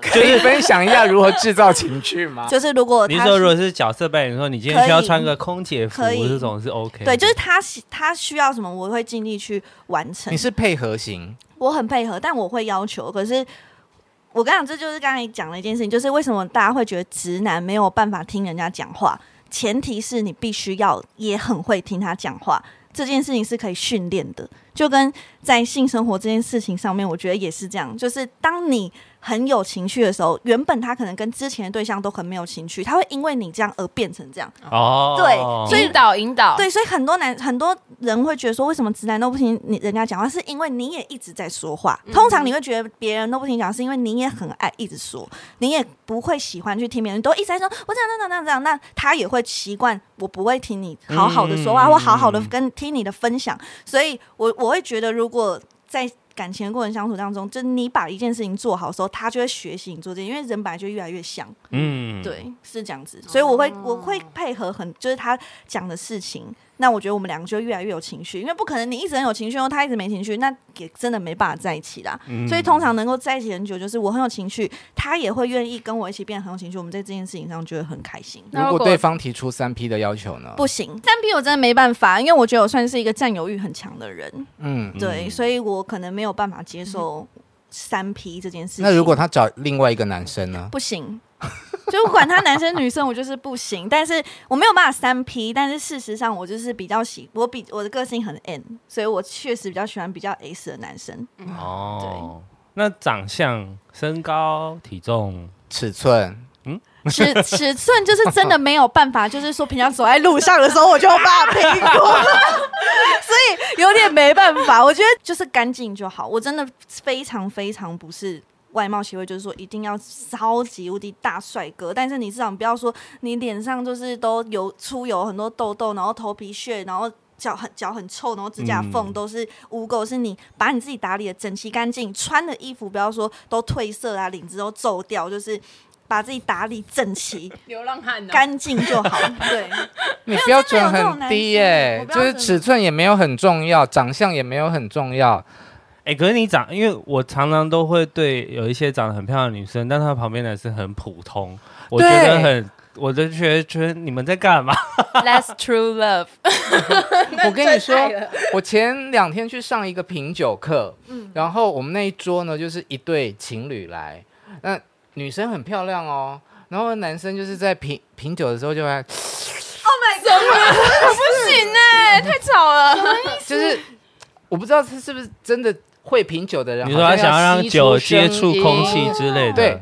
S1: 可以分享一下如何制造情趣吗？
S5: 就是如果
S3: 你
S5: 他
S3: 说如果是角色扮演说你今天
S5: 可以
S3: 需要穿个空姐服
S5: 可以
S3: 这种是 OK，的
S5: 对，就是他喜他需要什么，我会尽力去完成
S1: 你。是配合型，
S5: 我很配合，但我会要求。可是我跟你讲，这就是刚才讲的一件事情，就是为什么大家会觉得直男没有办法听人家讲话，前提是你必须要也很会听他讲话。这件事情是可以训练的，就跟在性生活这件事情上面，我觉得也是这样。就是当你很有情趣的时候，原本他可能跟之前的对象都很没有情趣，他会因为你这样而变成这样。
S3: 哦，
S5: 对所以
S2: 引导引导，
S5: 对，所以很多男很多人会觉得说，为什么直男都不听你人家讲话，是因为你也一直在说话。通常你会觉得别人都不听你讲，是因为你也很爱一直说，你也不会喜欢去听别人，你都一直在说我这样那样那样那样，那他也会习惯我不会听你好好的说话，
S3: 嗯
S5: 或好好的跟听你的分享。所以我我会觉得，如果在感情的过程相处当中，就是你把一件事情做好的时候，他就会学习你做这件，因为人本来就越来越像。
S3: 嗯，
S5: 对，是这样子，所以我会我
S1: 哦
S5: 会配合很，就是他讲的事情。那我觉得我们两个就越来越有情绪，因为不可能你一直很有情绪，然后他一直没情绪，那也真的没办法在一起啦。
S3: 嗯
S5: 所以通常能够在一起很久，就是我很有情绪，他也会愿意跟我一起变得很有情绪，我们在这件事情上就会很开心。
S2: 那
S1: 如
S2: 如
S1: 果
S2: 果
S1: 对方提出三 P 的要求呢？
S5: 不行，三 P 我真的没办法，因为我觉得我算是一个占有欲很强的人，
S1: 嗯，
S5: 对，
S3: 嗯
S5: 所以我可能没有办法接受三 P 这件事情。
S1: 那如果他找另外一个男生呢？
S5: 不行。 就不管他男生女生，我就是不行。但是我没有办法三 P，但是事实上我就是比较喜，我比我的个性很 N，所以我确实比较喜欢比较 S 的男生。
S3: 哦，那长相、身高、体重，
S1: 尺寸
S5: 尺尺寸就是真的没有办法，就是说平常走在路上的时候我就把它评估，所以 有点没办法。我觉得就是干净就好。我真的非常非常不是。外貌协会就是说一定要超级无敌大帅哥，但是你至少不要说你脸上就是都有出油很多痘痘，然后头皮屑，然后脚很脚很臭，然后指甲缝
S3: 嗯
S5: 都是污垢，是你把你自己打理的整齐干净，穿的衣服不要说都褪色啊，领子都皱掉，就是把自己打理整齐、
S2: 流浪汉呢？
S5: 干净就好。对，
S1: 你标准
S5: 真的有这种
S1: 很
S5: 男
S1: 低
S5: 生
S1: 耶
S5: 我、标
S1: 就
S5: 准
S1: 是尺寸也没有很重要，长相也没有很重要。
S3: 哎、可是你长，因为我常常都会对有一些长得很漂亮的女生，但她旁边的是很普通，我觉得
S1: 对。
S3: 很，我就觉得觉得你们在干嘛？
S2: That's true love
S1: 我跟你说
S2: 那真爱了，
S1: 我前两天去上一个品酒课，
S2: 嗯
S1: 然后我们那一桌呢就是一对情侣来，那女生很漂亮哦，然后男生就是在品品酒的时候就会，
S2: 不行哎，太吵了。
S1: 就是我不知道是是不是真的会品酒的人，
S3: 你说她
S1: 好像
S3: 想要让
S1: 吸
S3: 酒
S1: 出声
S3: 接触空气
S1: 音
S3: 之类的，
S1: 对，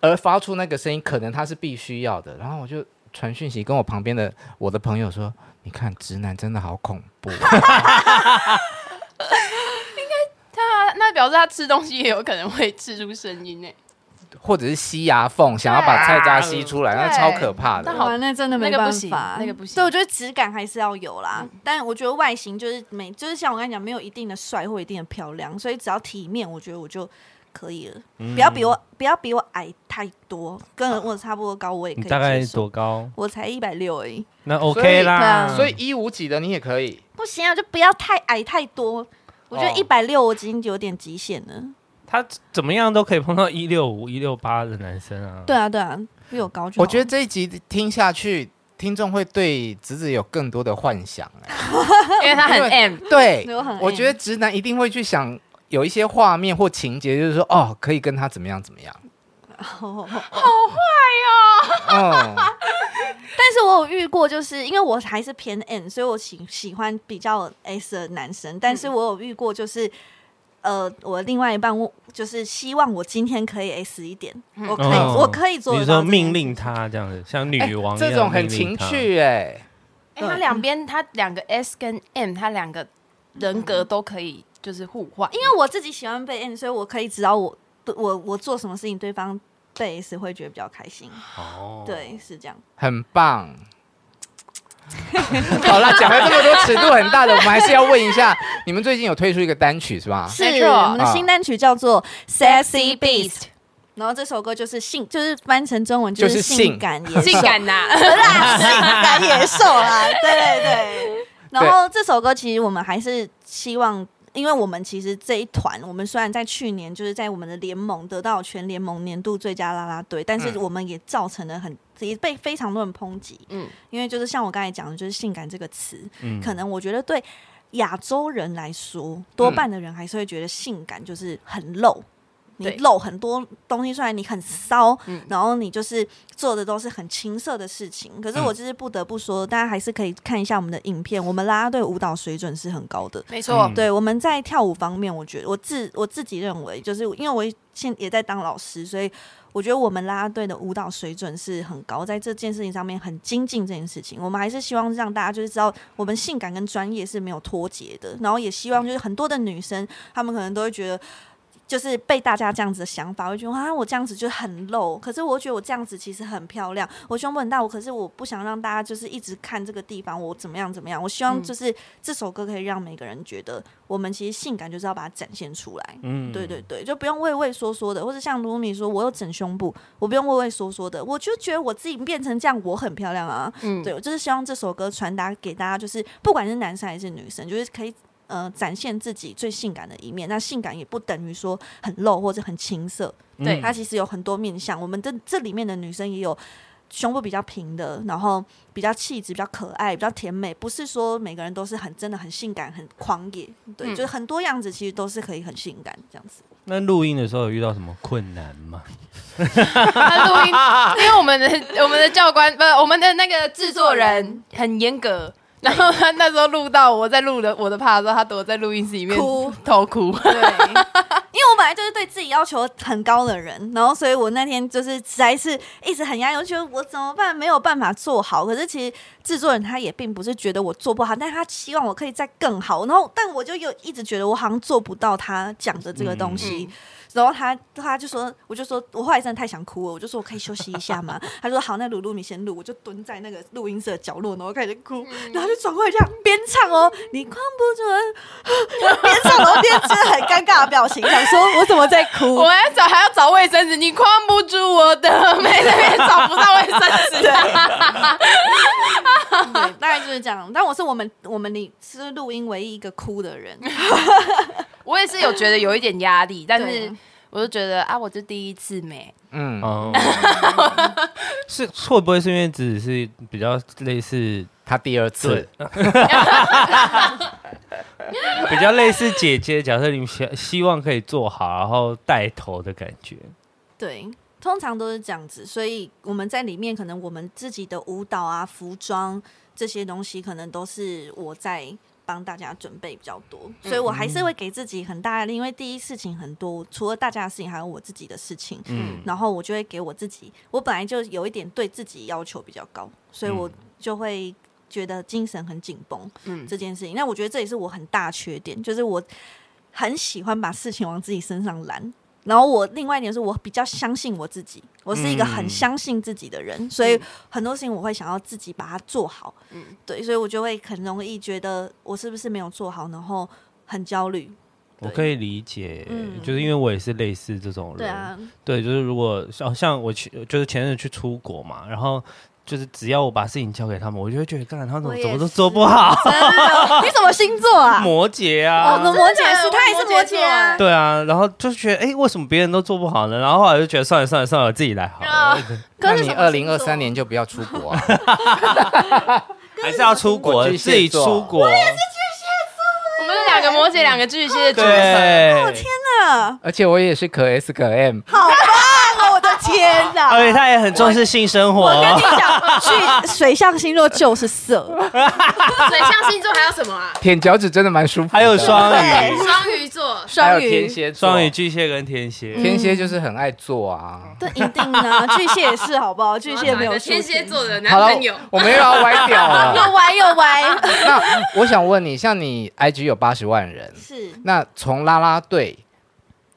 S1: 而发出那个声音，可能他是必须要的。然后我就传讯息跟我旁边的我的朋友说：“你看，直男真的好恐怖。
S2: 他那表示他吃东西也有可能会吃出声音 哎，”
S1: 或者是吸牙缝，想要把菜渣吸出来，那
S2: 对
S1: 超可怕的
S2: 那。好
S5: 哇那真的
S2: 那
S5: 没
S2: 个不
S5: 办
S2: 行
S5: 法，
S2: 那个不行
S5: 所以我觉得质感还是要有啦，但我觉得外形就是没，就是像我刚才讲，没有一定的帅或一定的漂亮，所以只要体面，我觉得我就。可以了，
S3: 嗯
S5: 不要比
S1: 嗯
S5: 我不要比我矮太多，跟我差不多高，我也可
S3: 你
S5: 以
S3: 大概
S5: 接受
S3: 多高？
S5: 我才一百六而已，
S3: 那 OK 啦，
S5: 啊
S1: 所以一五几的你也可以，
S5: 不行啊，就不要太矮太多。我觉得
S1: 哦
S5: 一百六我已经有点极限了。
S3: 他怎么样都可以碰到一六五、一六八的男生啊。
S5: 对啊，对啊，比我高就好。
S1: 我觉得这一集听下去，听众会对子子有更多的幻想。 哎
S2: 因为他很
S1: 因为
S2: M。
S1: 对
S5: 对我很，
S1: 我觉得直男一定会去想有一些画面或情节，就是说哦，可以跟他怎么样怎么样。 哦，
S5: 但是我有遇过，就是因为我还是偏 N，所以我喜喜欢比较 S 的男生。但
S2: 嗯
S5: 是我有遇过，就是呃，我另外一半我就是希望我今天可以 S 一点，
S2: 嗯
S5: 我可以、
S3: 哦
S5: 我可以做得
S3: 你
S5: 到
S3: 说
S5: 这件
S3: 命
S5: 事哎
S3: 令他这样子，像女王一样
S1: 哎这种很
S3: 命令
S1: 情
S3: 他，
S1: 趣哎、
S2: 哎，他两边他两个 S 跟 M，他两个人格都可以就是互换，
S5: 因为我自己喜欢被 N，所以我可以知道我我我做什么事情，对方被 S 会觉得比较开心。
S3: 哦，
S5: 对，是这样。
S1: 很棒。 好啦，讲了这么多尺度很大的，我们还是要问一下，你们最近有推出一个单曲是吧？
S5: 是
S2: 没错啊
S5: 我们的新单曲叫做《Sexy
S2: Sexy
S5: Beast》，
S2: Beast
S5: 然后这首歌就是性，就是翻成中文
S1: 就是
S5: 是
S1: 性
S5: 性感野兽，
S2: 性感呐。
S5: 啦，性感野兽啦，对对对。然后这首歌其实我们还是希望。因为我们其实这一团，我们虽然在去年就是在我们的联盟得到全联盟年度最佳啦啦队，但是
S1: 嗯
S5: 我们也造成了很也被非常多人抨击。
S2: 嗯
S5: 嗯，因为就是像我刚才讲的，就是“性感”这个词，
S3: 嗯
S5: 可能我觉得对亚洲人来说，多半的人还是会觉得性感就是很露，
S2: 嗯
S5: 你
S2: 对
S5: 露很多东西出来，你很骚，
S2: 嗯
S5: 然后你就是做的都是很青涩的事情。可是
S2: 嗯
S5: 我就是不得不说，大家还是可以看一下我们的影片，我们啦啦队舞蹈水准是很高的。
S2: 没错
S3: 嗯，
S5: 哦对，我们在跳舞方面，我觉得我自我自己认为，就是因为我现也在当老师，所以我觉得我们啦啦队的舞蹈水准是很高，在这件事情上面很精进这件事情。我们还是希望让大家就是知道，我们性感跟专业是没有脱节的。然后也希望就是很多的女生，她们可能都会觉得。就是被大家这样子的想法，会觉得啊，我这样子就很露，可是我觉得我这样子其实很漂亮，我胸部很大，我可是我不想让大家就是一直看这个地方，我怎么样怎么样，我希望
S2: 嗯
S5: 就是这首歌可以让每个人觉得，我们其实性感就是要把它展现出来。
S3: 嗯
S5: 对对对，就不用畏畏缩缩的，或者像卢米说，我有整胸部，我不用畏畏缩缩的，我就觉得我自己变成这样，我很漂亮啊。
S2: 嗯，
S5: 对，我就是希望这首歌传达给大家，就是不管是男生还是女生，就是可以呃展现自己最性感的一面。那性感也不等于说很露或者很青涩，
S2: 嗯对
S5: 它其实有很多面向。我们这这里面的女生也有胸部比较平的，然后比较气质、比较可爱、比较甜美，不是说每个人都是很真的很性感、很狂野。对，
S2: 嗯
S5: 就是很多样子，其实都是可以很性感这样子。
S3: 那录音的时候有遇到什么困难吗？
S2: 他 录音，因为我们的我们的教官不，我们的那个制作人很严格。然后他那时候录到我在录的我的 part 的时候，他躲在录音室里面
S5: 哭
S2: 偷哭。
S5: 对， 因为我本来就是对自己要求很高的人，然后所以我那天就是实在是一直很压抑，我觉得我怎么办没有办法做好。可是其实制作人他也并不是觉得我做不好，但他希望我可以再更好。然后但我就又一直觉得我好像做不到他讲的这个东西。
S2: 嗯
S5: 然后他他就说，我就说，我后来真的太想哭了，我就说我可以休息一下吗？ 他说好，那鲁鲁你先录，我就蹲在那个录音室的角落，然后开始哭，
S2: 嗯
S5: 然后就转过来这样边唱哦，你框不准，边唱然后边就是很尴尬的表情，想说我怎么在 哭
S2: 我？还找还要找卫生纸，你框不住我的， 妹那边找不到卫生纸。
S5: 对，大概就是这样。但我是我们我们里是录音唯一一个哭的 人，
S2: 我也是有觉得有一点压力，但
S5: 对
S2: 是我就觉得啊，我就第一次没，
S1: 嗯，
S3: 哦， 是会不会是因为只是比较类似
S1: 他第二次
S3: 对， 比较类似姐姐角色，你们希希望可以做好，然后带头的感觉。
S5: 对，通常都是这样子，所以我们在里面可能我们自己的舞蹈啊、服装这些东西，可能都是我在帮大家准备比较多，所以我还是会给自己很大的压力，因为第一事情很多，除了大家的事情，还有我自己的事情，
S3: 嗯，
S5: 然后我就会给我自己，我本来就有一点对自己要求比较高，所以我就会觉得精神很紧绷，
S2: 嗯，
S5: 这件事情。那我觉得这也是我很大缺点，就是我很喜欢把事情往自己身上揽。然后我另外一点是我比较相信我自己，我是一个很
S3: 嗯
S5: 相信自己的人，所以很多事情我会想要自己把它做好。
S2: 嗯
S5: 对，所以我就会很容易觉得我是不是没有做好，然后很焦虑。
S3: 我可以理解，
S5: 嗯
S3: 就是因为我也是类似这种人。
S5: 对啊，
S3: 对，就是如果像像我去，就是前阵子去出国嘛，然后就是只要我把事情交给他们，我就会觉得，干，他们怎
S5: 我
S3: 么
S5: 也
S3: 怎么都做不好。
S5: 真
S2: 嗯
S5: 的？你什么星座 啊？
S3: 摩羯
S5: 哦，那
S3: 啊，
S5: 摩羯是，
S2: 真的
S5: 他也是
S2: 我
S5: 摩
S2: 摩
S5: 羯
S2: 羯
S5: 啊
S2: 啊。
S3: 对啊，然后就是觉得，哎，为什么别人都做不好呢？然后后来就觉得，算了算了算了，我自己来好
S2: 啊
S5: 哦
S3: 了，
S1: 那
S5: 是
S1: 你
S5: 什
S1: 二
S5: 么
S1: 零
S5: 星
S1: 二
S5: 座
S1: 三年就不要出国啊！
S3: 还是要出
S1: 我
S3: 国，
S1: 巨蟹
S3: 自己
S1: 座
S3: 出国。
S2: 我们是两个摩羯，两个巨蟹的组合，
S3: 对，
S5: 啊
S1: 而且我也是可 S 可 M，
S5: 好棒哦！我的天哪！
S3: 而且他也很重视性生活
S5: 我跟
S3: 哦
S5: 你。讲，去水象星座就是色，
S2: 水象星座还有什么啊？
S1: 舔脚趾真的蛮舒服的。
S3: 还有双鱼，
S2: 双鱼座，
S1: 还有
S5: 双
S1: 天
S5: 鱼，
S1: 蝎座，
S3: 双鱼、巨蟹跟天蝎。
S1: 天蝎就是很爱做啊。
S5: 这一定啊，巨蟹也是好不好？巨蟹没有输
S2: 天蝎座的
S1: 好
S2: 嗯男
S1: 了
S2: 朋友，，
S1: 我们又要歪掉了。
S5: 又歪又歪，
S1: 那我想问你，像你 IG 有八十万人，
S5: 是
S1: 那从啦啦队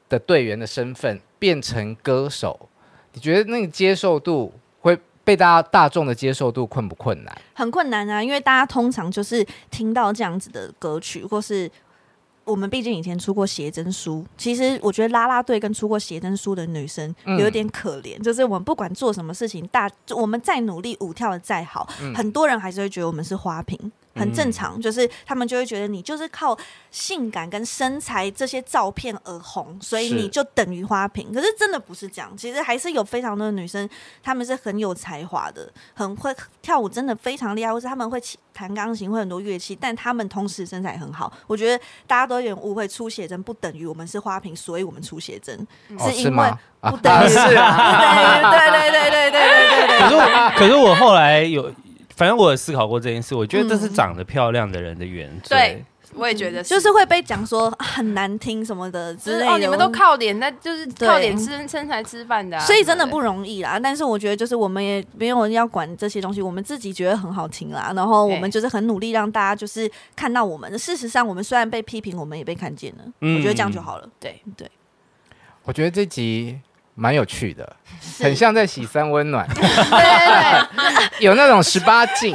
S1: 的队员的身份变成歌手，你觉得那个接受度会被大家大众的接受度困不困难？
S5: 很困难啊，因为大家通常就是听到这样子的歌曲，或是我们毕竟以前出过写真书，其实我觉得啦啦队跟出过写真书的女生
S1: 嗯
S5: 有点可怜，就是我们不
S1: 嗯
S5: 管做什么事情，大就我们再努力舞跳的再好，很多人还是会觉得我们是花瓶。很正常。就是他们就会觉得你就是靠性感跟身材这些照片而红，所以
S1: 是
S5: 你就等于花瓶。可是真的不是这样，其实还是有非常多的女生，她们是很有才华的，很会跳舞，真的非常厉害，或是她们会起弹钢琴，会很多乐器，但她们同时身材很好。我觉得大家都有点误会，出写真不等于我们是花瓶，所以我们出写真、
S2: 嗯
S1: 哦
S5: 因为
S1: 吗？
S5: 不等 于、
S2: 啊
S1: 是
S5: 不等于对对对对对
S3: 可
S5: 对对
S3: 是 我，可是我后来有，反正我有思考过这件事，我觉得这是
S5: 嗯
S3: 长得漂亮的人的原罪。
S2: 对，我也觉得。
S5: 就是是会被讲说很难听什么的
S2: 就
S5: 之
S2: 是
S5: 类的。
S2: 哦，你们都靠脸，那就是
S5: 对
S2: 靠脸吃身材吃饭的啊、
S5: 所以真的
S2: 对
S5: 不容易啦，但是我觉得就是我们也没有要管这些东西，我们自己觉得很好听啦，然后我们
S2: 对
S5: 就是很努力让大家就是看到我们。事实上，我们虽然被批评，我们也被看见了，
S3: 嗯
S5: 我觉得这样就好了。
S2: 对
S5: 对，
S1: 我觉得这集蛮有趣的，
S5: 是
S1: 很像在洗三温暖，
S2: 对对对，
S1: 有那种十八 禁，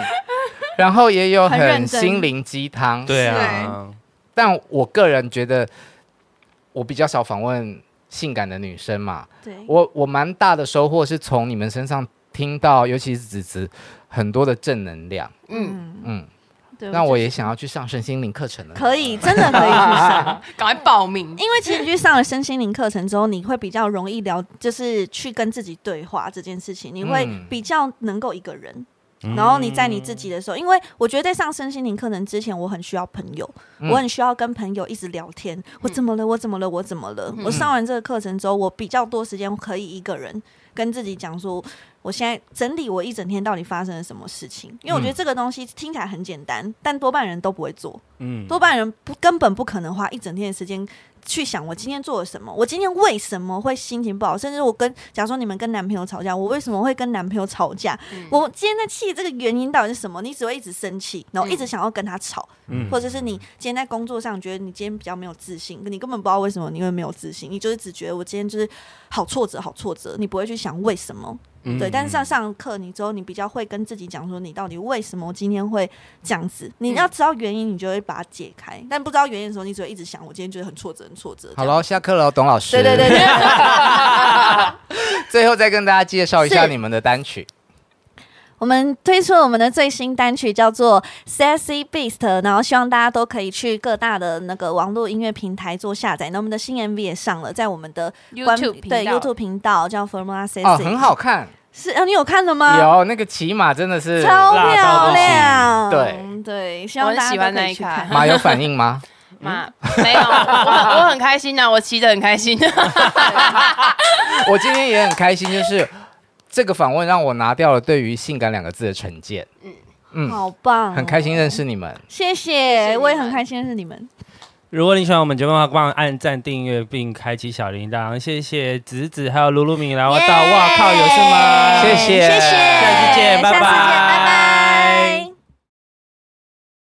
S1: 然后也有
S5: 很认
S1: 很
S5: 真
S1: 心灵鸡汤。
S3: 对啊，
S1: 但我个人觉得，我比较少访问性感的女生嘛，
S5: 对，
S1: 我我蛮大的收获是从你们身上听到，尤其是子子很多的正能量。
S2: 嗯，
S1: 嗯，
S5: 对，
S1: 那我
S5: 觉
S1: 也想要去上身心灵课程了。
S5: 得 可以，真的可 以去上。
S2: 赶快报名。
S5: 因为其实你去上了身心灵课程之后，你会比较容易聊，就是去跟自己对话这件事情，你会
S1: 嗯
S5: 比较能够一个人。
S3: 嗯
S5: 然后你在你自己的时候，因为我觉得在上身心灵课程之前，我很需要朋友，
S1: 嗯
S5: 我很需要跟朋友一直聊天。我怎么了？我怎么了？我怎么了？
S1: 嗯
S5: 我上完这个课程之后，我比较多时间可以一个人跟自己讲说，我现在整理我一整天到底发生了什么事情。因为我觉得
S1: 嗯
S5: 这个东西听起来很简单，但多半人都不会做，
S3: 嗯
S5: 多半人不根本不可能花一整天的时间。去想我今天做了什么，我今天为什么会心情不好，甚至我跟假如说你们跟男朋友吵架，我为什么会跟男朋友吵架？
S2: 嗯
S5: 我今天在气这个原因到底是什么？你只会一直生气，然后一直
S2: 嗯
S5: 想要跟他吵，
S3: 嗯
S5: 或者是你今天在工作上觉得你今天比较没有自信，你根本不知道为什么你会没有自信，你就是只觉得我今天就是好挫折，好挫折，你不会去想为什么。
S3: 嗯
S5: 对，但是上上课你之后，你比较会跟自己讲说，你到底为什么今天会这样子？你
S3: 嗯
S5: 要知道原因，你就会把它解开。但不知道原因的时候，你只会一直想，我今天觉得很挫折，很挫折。这
S1: 好
S5: 样，
S1: 了，下课了，董老师。
S5: 对对对。对。
S1: 最后再跟大家介绍一下
S5: 是
S1: 你们的单曲。
S5: 我们推出了我们的最新单曲，叫做《Sexy Beast》，然后希望大家都可以去各大的那个网络音乐平台做下载。那我们的新 MV 也上了，在我们的官
S2: YouTube 频道
S5: 对 YouTube 频道叫 Formula Sexy，、
S1: 哦，很好看，
S5: 是啊，你有看了吗？
S1: 有那个骑马真的是
S5: 超漂
S1: 辣到
S5: 亮，
S1: 不行
S5: 对对，希望大家都可以去
S2: 我很喜欢那一
S5: 看。
S1: 马有反应吗？
S2: 妈，没有，我很我很开心呐、我骑得很开心。
S1: 我今天也很开心，就是这个访问让我拿掉了对于“性感”两个字的成见。嗯
S5: 好棒、哦
S1: 很开心认，识你们。
S5: 谢
S2: 谢你
S5: 谢，
S2: 们
S5: 我也很开心认识你们。
S3: 如果你喜欢我们节目的话，帮我按赞、订阅并开启小铃铛，谢谢子子还有卢卢米来我到，哇靠，有事吗？
S1: 谢谢
S5: 谢谢，
S1: 下
S3: 次见拜拜
S5: 下次见，拜拜。